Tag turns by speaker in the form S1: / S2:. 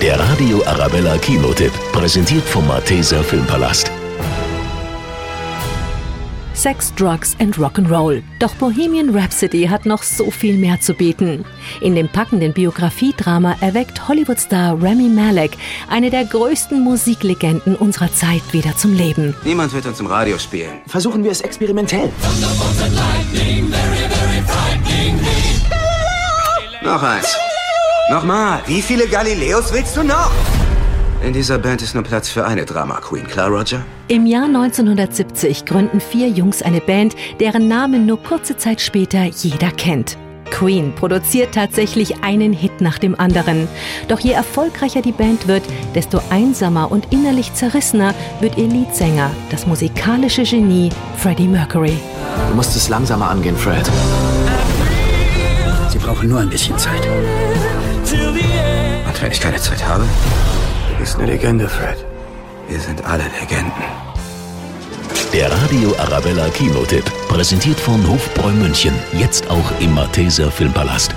S1: Der Radio Arabella Kinotipp, präsentiert vom Malteser Filmpalast.
S2: Sex, Drugs and Rock'n'Roll. Doch Bohemian Rhapsody hat noch so viel mehr zu bieten. In dem packenden Biografiedrama erweckt Hollywood-Star Rami Malek eine der größten Musiklegenden unserer Zeit wieder zum Leben.
S3: Niemand wird uns im Radio spielen.
S4: Versuchen wir es experimentell.
S3: Noch eins. Nochmal. Wie viele Galileos willst du noch? In dieser Band ist nur Platz für eine Drama Queen, klar, Roger?
S2: Im Jahr 1970 gründen vier Jungs eine Band, deren Namen nur kurze Zeit später jeder kennt. Queen produziert tatsächlich einen Hit nach dem anderen. Doch je erfolgreicher die Band wird, desto einsamer und innerlich zerrissener wird ihr Leadsänger, das musikalische Genie Freddie Mercury.
S4: Du musst es langsamer angehen, Fred.
S5: Sie brauchen nur ein bisschen Zeit.
S3: Und wenn ich keine Zeit habe?
S5: Du bist eine Legende, Fred.
S3: Wir sind alle Legenden.
S1: Der Radio Arabella Kinotipp, präsentiert von Hofbräu München, jetzt auch im Malteser Filmpalast.